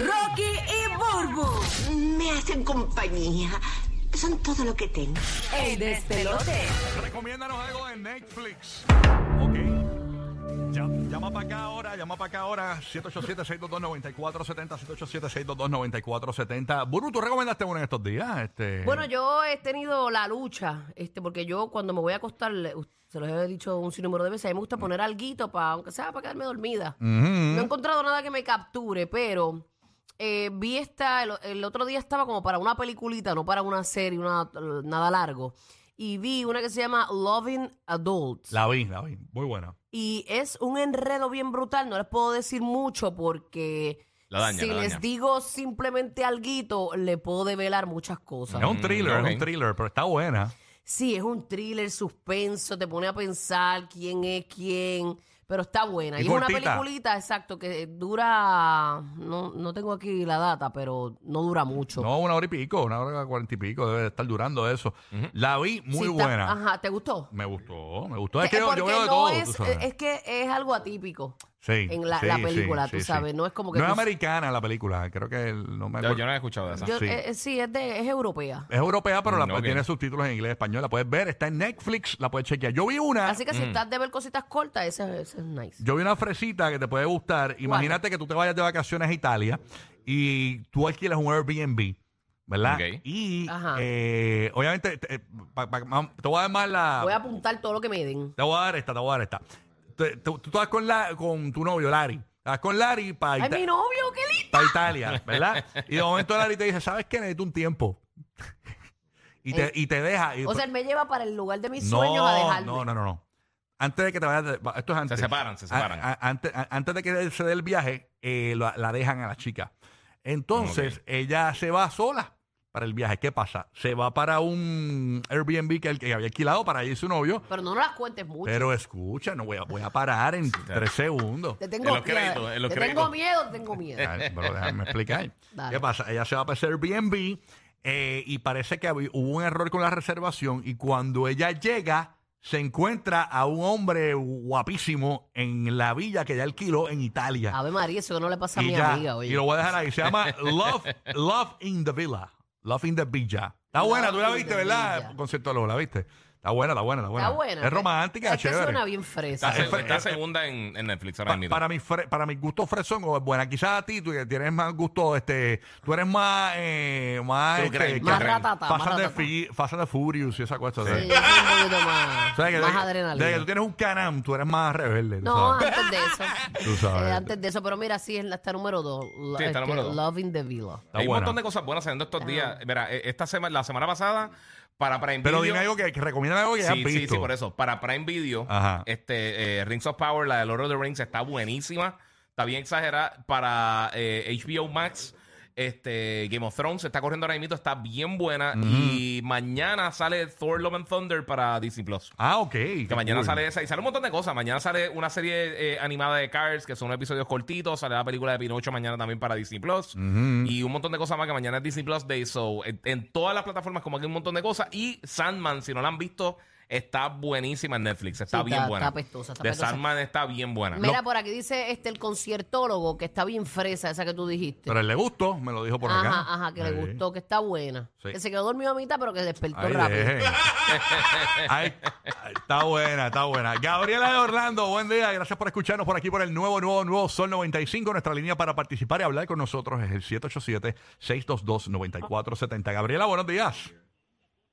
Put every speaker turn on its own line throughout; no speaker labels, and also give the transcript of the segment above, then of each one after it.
Rocky y Burbu.
Me hacen compañía. Son todo lo que tengo.
El despelote.
Recomiéndanos algo de Netflix. Ok. Ya- llama para acá ahora, llama para acá ahora. 787-622-9470, 787-622-9470. Buru, tú recomendaste uno en estos días. Este,
Bueno, yo he tenido la lucha, este, porque yo cuando me voy a acostar, le- u- se los he dicho un sinnúmero de veces, a mí me gusta poner alguito para, aunque sea para quedarme dormida. No he encontrado nada que me capture, pero eh, vi esta, el, el otro día estaba como para una peliculita, no para una serie, una, nada largo. Y vi una que se llama Loving Adults.
La vi, la vi. Muy buena.
Y es un enredo bien brutal, no les puedo decir mucho porque
La daña,
si
la
les
daña.
digo simplemente alguito, le puedo develar muchas cosas.
es un thriller,
ok.
es un thriller, pero está buena.
Sí, es un thriller, suspenso, te pone a pensar quién es quién, pero está buena. Y,
Y
es una
cortita.
peliculita, exacto, que dura, no, no tengo aquí la data, pero no dura mucho.
No, una hora y pico, una hora cuarenta y pico, debe de estar durando eso. La vi muy
Sí, está-
buena.
Ajá, ¿te gustó?
Me gustó, me gustó. Es
Eh,
que yo,
porque
yo veo de
no
todo. tú
es,
sabes.
es que es algo atípico.
Sí,
en la-
sí,
la
sí,
película, tú sabes, no es como que
No es
tú-
americana la película, creo que el- no me
Yo,
acuerdo.
yo no he escuchado de esa.
Yo-
sí.
eh, eh, sí, es, de, es europea.
Es europea, pero la,
Mm, ok.
tiene subtítulos en inglés y español. La puedes ver, está en Netflix, la puedes chequear. Yo vi una,
Así que si estás de ver cositas cortas, ese, ese es nice.
Ah, mm. yo vi una fresita que te puede gustar. Imagínate que tú te vayas de vacaciones a Italia y tú alquilas un Airbnb, ¿verdad?
Ok.
Y
Ajá.
eh, obviamente te, eh, pa- pa- ma- te voy a dar más la.
Voy a apuntar todo lo que me den.
Te voy a dar esta, te voy a dar esta. Te- tú- tú estás con, la, con tu novio, Larry. Estás con Larry para
¡Ay, mi novio, qué lindo!
para Italia, ¿verdad? Y de momento Larry te dice, ¿sabes qué? Necesito un tiempo. y, te, y te deja. y-
Eh, O sea, él me lleva para el lugar de mis
pues. no,
sueños a dejarme.
No, no, no, no. Antes de que te vayas, de- esto es antes.
separan, se separan.
A- a- antes, a- antes de que se dé el viaje, eh, la, la dejan a la chica. Entonces, ella se va sola para el viaje. ¿Qué pasa? Se va para un Airbnb que, el, que había alquilado para ir su novio.
Pero no las cuentes mucho.
Pero escucha, no voy a, voy a parar en
está.
tres segundos.
Te tengo,
En los
miedo.
créditos, en los
Te
créditos.
tengo miedo, te tengo miedo.
Ay, Pero déjame explicar.
Dale.
¿Qué pasa? Ella se va para ese Airbnb eh, y parece que hab- hubo un error con la reservación y cuando ella llega se encuentra a un hombre guapísimo en la villa que ella alquiló en Italia.
Ave María, eso que no le pasa a
y,
Ah, mi
ya,
amiga,
y
oye.
lo voy a dejar ahí. Se llama Love, Love in the Villa. Love in the Villa. Está
Love
buena, tú la
in
viste,
the
¿verdad?
Villa.
Concierto Lola, ¿la viste? Está buena, está buena, está buena.
Está buena.
Es romántica,
es que
chévere.
suena bien fresa.
Está,
es-
se- está
es-
segunda en, en Netflix ahora
Pa-
mismo.
para, mi fre- para mis gustos fresón o es buena. Quizás a ti, tú que tienes más gusto, este, tú eres más, eh, más,
Tú
este,
crees, tú
más
Qué
ratata,
Fast
más
and the
ratata.
Fi- Fast and the Furious y esa cosa.
Sí,
¿sabes?
yo soy un poquito más,
¿Sabes que
más
de-
adrenalina.
de que tú tienes un canam, tú eres más rebelde. tú
No,
sabes.
antes de eso.
Tú sabes.
Eh, antes de eso, pero mira, sí, es la- está número dos. La-
Sí,
este,
está número dos.
Love in the Villa.
Está
Hay un
buena.
montón de cosas buenas saliendo estos días. Mira, eh, esta semana, la semana pasada, para Prime
Pero
Video.
dime algo que, que recomienda algo que ya has
sí,
visto.
sí, sí, por eso. Para Prime Video,
Ajá.
este eh, Rings of Power, la de Lord of the Rings, está buenísima. Está bien exagerada. Para eh, HBO Max, este Game of Thrones, está corriendo ahora mismo, está bien buena. Y mañana sale Thor Love and Thunder para Disney Plus.
Ah, ok. qué
Que mañana
cool.
sale esa y sale un montón de cosas. Mañana sale una serie eh, animada de Cars, que son episodios cortitos. Sale la película de Pinocho mañana también para Disney Plus. Y un montón de cosas más que mañana es Disney Plus Day. So, en, en todas las plataformas, como aquí, un montón de cosas. Y Sandman, si no la han visto, está buenísima en Netflix. Está
Sí,
bien
está-
buena.
está apestosa, está
de
apestosa.
Sandman está bien
Ah,
buena.
Mira,
Lo-
por aquí dice este el conciertólogo que está bien fresa, esa que tú dijiste.
Pero él le gustó, me lo dijo por acá.
ajá, ajá, que le
Sí.
gustó, que está buena.
Sí.
Que se quedó dormido a mitad, pero que despertó
Ay,
rápido.
dejen. Ay, está buena, está buena. Gabriela de Orlando, buen día. Gracias por escucharnos por aquí por el nuevo, nuevo, nuevo Sol 95. Nuestra línea para participar y hablar con nosotros es el 787-622-9470. Gabriela, buenos días.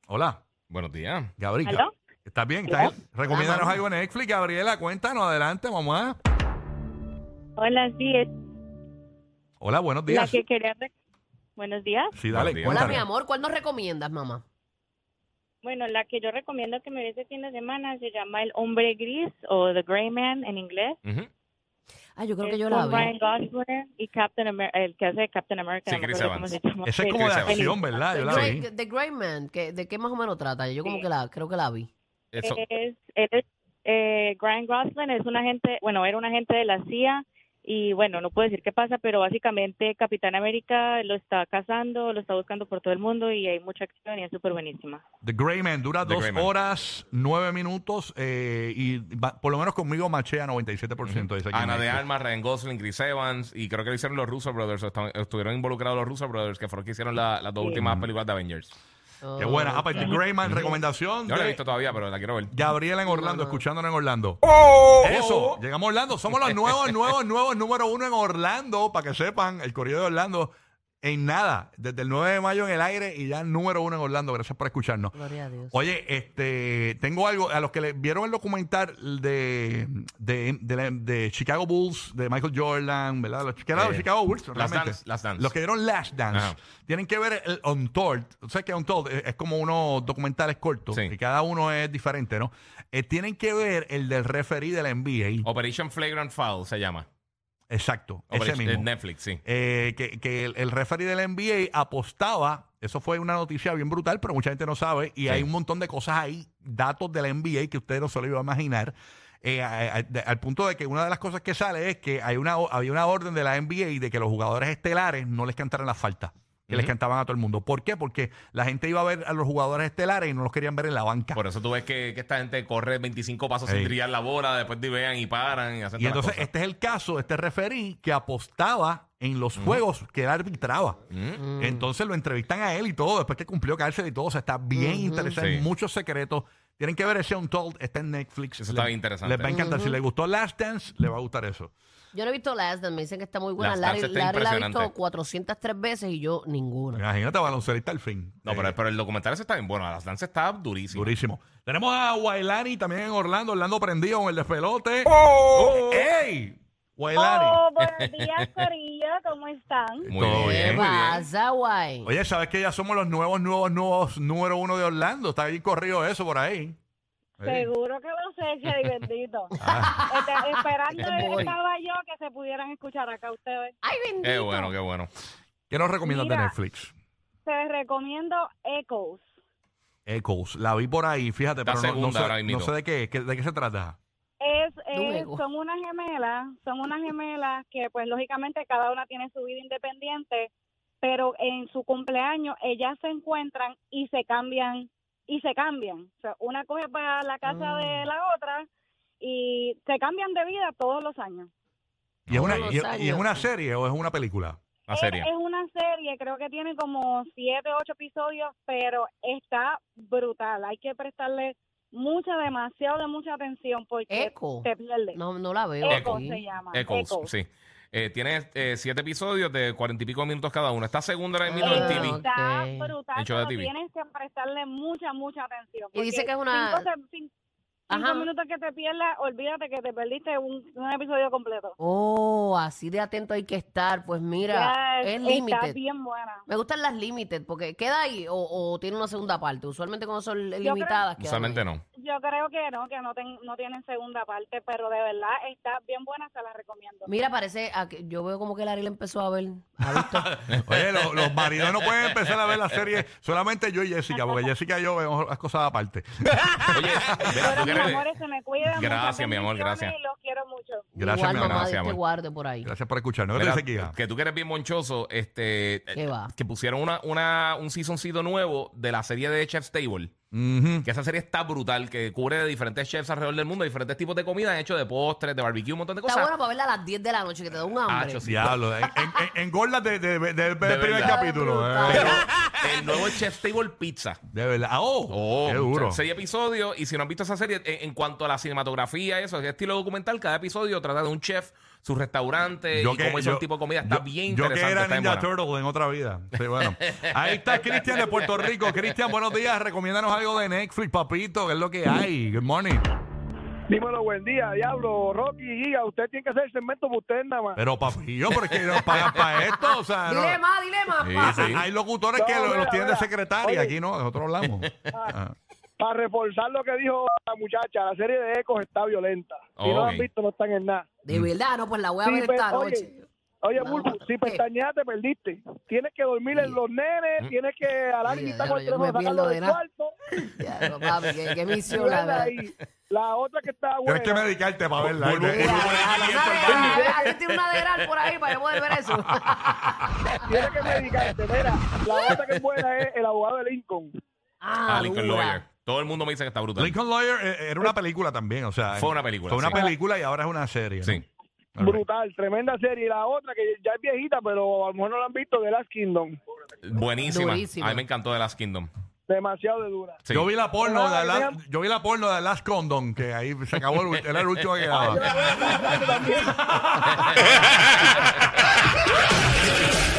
Hola,
Buenos días.
Gabriela.
¿Aló? Ah,
¿Estás bien? ¿Estás bien? Recomiéndanos algo en Netflix, Gabriela. Cuéntanos, adelante, mamá.
Hola, sí, es
Hola, buenos
la
días.
que quería. re- Buenos días.
Sí, dale.
Buenos días.
Hola,
cuéntanos.
mi amor, ¿cuál nos recomiendas, mamá?
Bueno, la que yo recomiendo que me veas este fin de semana se llama El Hombre Gris o The Gray Man en inglés.
Ujú.
Ah, yo creo
Es
que yo
con
la vi.
Ryan Gosling y Captain Amer- el que hace de Captain America.
Sí,
no me
Chris
acuerdo cómo
Evans.
se llama.
Esa es
Pero
como de
Sí, sí, sí.
acción, ¿verdad? Yo la vi.
The Great Man, que, ¿de qué más o menos trata? Yo como
Sí.
que la, creo que la vi.
Eso-
eh, es, él es- eh, Ryan Gosling es un agente, bueno, era un agente de la CIA Y bueno, no puedo decir qué pasa, pero básicamente Capitán América lo está cazando, lo está buscando por todo el mundo y hay mucha acción y es súper buenísima.
The Gray Man dura
The
dos
Gray Man.
horas, nueve minutos eh, y va- por lo menos conmigo machea 97%. dice aquí
Ana de
Néstor.
Armas, Ryan Gosling, Chris Evans y creo que lo hicieron los Russo Brothers. o estaban- Estuvieron involucrados los Russo Brothers, que fueron los que hicieron la- las dos últimas películas de Avengers.
Qué buena.
Oh,
Ah, pues The Gray Man, recomendación
Yo no la he
de
visto todavía, pero la quiero ver.
Gabriela en Orlando, escuchándonos en Orlando. Eso, llegamos a Orlando. Somos los nuevos, nuevos, nuevos número uno en Orlando, para que sepan, el Correo de Orlando en nada, desde el 9 de mayo en el aire y ya número uno en Orlando. Gracias por escucharnos.
Gloria a Dios.
Oye, este, tengo algo, a los que le, vieron el documental de, de, de la- de Chicago Bulls, de Michael Jordan, ¿verdad? Los, que era los
Eh,
Chicago Bulls,
Last
realmente.
Dance, Last Dance.
Los que dieron Last Dance.
Ajá.
Tienen que ver el Untold. O sea que Untold eh, es, es como unos documentales cortos
Sí.
y cada uno es diferente, ¿no? Eh, tienen que ver el del referee de la NBA.
Operation Flagrant Foul se llama.
Exacto, ese
Operation-
mismo.
de Netflix, sí.
Eh, que, que el, el referee del NBA apostaba, eso fue una noticia bien brutal, pero mucha gente no sabe, y
Sí.
hay un montón de cosas ahí, datos del NBA que usted no se lo iba a imaginar, eh, a- a- de- al punto de que una de las cosas que sale es que hay una, o- había una orden de la NBA de que los jugadores estelares no les cantaran las faltas. Que les
Ujú.
cantaban a todo el mundo. ¿Por qué? Porque la gente iba a ver a los jugadores estelares y no los querían ver en la banca.
Por eso tú ves que, que esta gente corre 25 pasos
Ey.
sin trillar la bola, después divean y paran y hacen
Y
todas las
entonces
cosas.
este es el caso de este referí que apostaba en los juegos que él arbitraba. Entonces lo entrevistan a él y todo, después que cumplió cárcel y todo. O sea, está bien interesante,
Sí.
muchos secretos. Tienen que ver ese Untold, está en Netflix.
Eso
Le-
está bien interesante.
Les va a encantar. Si les gustó Last Dance, les va a gustar eso.
Yo no he visto Last Dance, me dicen que está muy buena.
Last
Larry,
Dance está
Larry la ha visto
impresionante.
403 veces y yo ninguna.
Imagínate baloncelista al fin.
No,
Eh,
pero, pero el documental ese está bien bueno. Las danzas está durísimo.
durísimo. Tenemos a Wailani también en Orlando. Orlando prendido con el despelote.
¡Oh!
¡Ey! Wailani.
Oh, buenos días, Corillo, ¿cómo están?
Muy
Todo
bien,
¿Qué
muy bien.
pasa, guay?
Oye, ¿sabes que ya somos los nuevos, nuevos, nuevos número uno de Orlando? Está bien corrido eso por ahí. Sí.
Seguro que lo sé, Chedi, bendito.
Ah.
Este,
Voy.
esperando estaba yo que se pudieran escuchar acá ustedes.
Ay, bendito.
Qué bueno, qué bueno.
¿Qué nos recomiendas de
Mira.
Netflix?
Se les recomiendo Echoes.
Echoes. La vi por ahí, fíjate,
Está
pero no-
segunda
no,
ahora
sé,
mismito.
no sé de qué, es, que- de qué se trata.
Es,
un
es-
ego.
son unas gemelas, son unas gemelas que pues lógicamente cada una tiene su vida independiente, pero en su cumpleaños ellas se encuentran y se cambian y se cambian. O sea, una coge para la casa
Ah.
de la otra y se cambian de vida todos los años.
¿Y es, una,
Todos
y-
los
y es
años.
una serie o es una película?
La
Es-
serie.
Es una serie, creo que tiene como siete, ocho episodios, pero está brutal. Hay que prestarle mucha, demasiado de mucha atención porque
Echo.
te pierdes.
No, no la veo.
Echo
aquí.
se llama.
Echoes,
Echo.
sí. Eh, tiene eh, siete episodios de cuarenta y pico minutos cada uno. Está segunda ahora mismo en
Ah,
Oh,
TV.
ok.
Está
En
brutal,
show de
pero
TV.
tienes que prestarle mucha, mucha atención.
Y dice
porque
que es una-
Cinco, se- cin- cinco
Ajá.
minutos que te pierdas, olvídate que te perdiste un, un episodio completo.
Oh, así de atento hay que estar. Pues mira,
Yes,
es
está
límite.
bien buena.
Me gustan las limited porque queda ahí o, o tiene una segunda parte. Usualmente cuando son limitadas. quedan
Usualmente
ahí.
no.
Yo creo que no, que no, ten- no tienen segunda parte, pero de verdad está bien buena, se la recomiendo.
Mira, parece. a que- yo veo como que Larry la empezó a ver. ha visto.
Oye, lo- los maridos no pueden empezar a ver la serie solamente yo y Jessica, porque Jessica y yo vemos las cosas aparte.
Oye, mira,
Pero
¿tú
mis
crees?
amores se me cuidan.
Gracias,
muchas
mi amor,
bendiciones
gracias.
y Los quiero mucho.
Gracias,
Igual,
mi
mamá,
amor.
Gracias,
Dios te
amor.
guarde por ahí.
Gracias por escucharnos. ¿Qué te
Mira,
dice Giga?
que tú que eres bien monchoso, este,
¿Qué va?
que pusieron una, una, un seasoncito nuevo de la serie de Chef's Table.
Ujú.
Que esa serie está brutal, que cubre de diferentes chefs alrededor del mundo, diferentes tipos de comida, hecho de postres, de barbecue, un montón de
Está
cosas.
bueno para verla a las 10 de la noche que te da un hambre.
Hacho, sí.
Diablo, en, en, en- engorda de, de, de- del
De
primer
verdad.
capítulo.
Brutal.
eh.
El nuevo Chef's Table Pizza.
De verdad. Ah, ¡Oh!
Oh,
¡Qué duro!
son seis episodios. Y si no han visto esa serie, en, en cuanto a la cinematografía, eso, ese estilo documental, cada episodio trata de un chef, su restaurante y cómo hizo el tipo de comida. Está
yo-
bien
Yo
interesante.
que era
está bien
Ninja
buena.
Turtle en otra vida. Sí, bueno. Ahí está Cristian de Puerto Rico. Cristian, buenos días. Recomiéndanos algo de Netflix, papito, que es lo que hay. Good morning.
Dímelo, buen día, diablo, Rocky, Giga, usted tiene que hacer el segmento para usted nada más.
Pero papillo, ¿por qué nos pagan para esto? O sea, no- Ah,
Dile más, dile más,
Sí,
pa.
sí.
hay locutores que
No,
lo-
mira,
los tienen de
mira.
secretaria.
Oye.
Aquí no, nosotros hablamos. Ah.
Para reforzar lo que dijo la muchacha, la serie de Ecos está violenta. Si no la
Ok.
han visto, no están en nada.
Mm.
De verdad, no, pues la voy a
Sí,
ver
pero,
esta
oye,
noche.
Oye,
Vamos.
Bulbo, si pestañeas te perdiste. Tienes que dormir en los nenes, tienes que a la
Ay,
guita
diablo,
con el
yo no me pierdo
teléfono sacarlo
de
del
nada.
cuarto.
Ya, no, papi, qué, qué misión, la
verla
verdad.
ahí. La otra que está buena.
Tienes que medicarte para verla.
Vuelvo,
¿eh?
vuelvo,
A la madre, a- a- Aquí tiene una deral por ahí para yo poder ver eso.
Tienes que medicarte. Mira, la otra que es buena es el abogado de Lincoln.
Ah,
Ah,
Lincoln
dura.
Lawyer. Todo el mundo me dice que está brutal.
Lincoln Lawyer eh, era una película también, o sea.
Fue una película,
Fue una
sí.
película y ahora es una serie. ¿no?
Sí.
All right.
Brutal, tremenda serie. Y la otra que ya es viejita, pero a lo mejor no la han visto, de Last Kingdom.
Buenísima.
Durísima.
A mí me encantó The Last Kingdom.
Demasiado de dura.
Sí.
Yo vi la porno
Ah,
de la,
bien.
yo vi la porno de Last Condom, que ahí se acabó el, era el último que quedaba.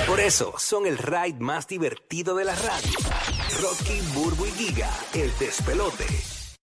Por eso son el ride más divertido de la radio. Rocky, Burbu y Giga, el despelote.